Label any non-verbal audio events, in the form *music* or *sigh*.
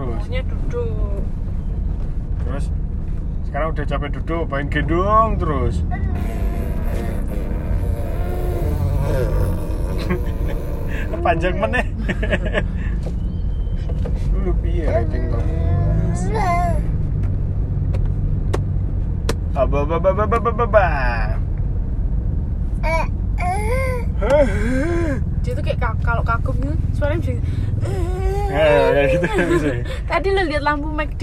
harusnya duduk terus sekarang udah capek duduk main gendong terus *laughs* panjang meneh *laughs* lu piye rating kok Aba Ah, ba ba ba ba ba ba ba. dia tuh kayak ka- kalau kagum gitu suaranya bisa *laughs* Ya, kayak gitu bisa. tadi lo lihat lampu McD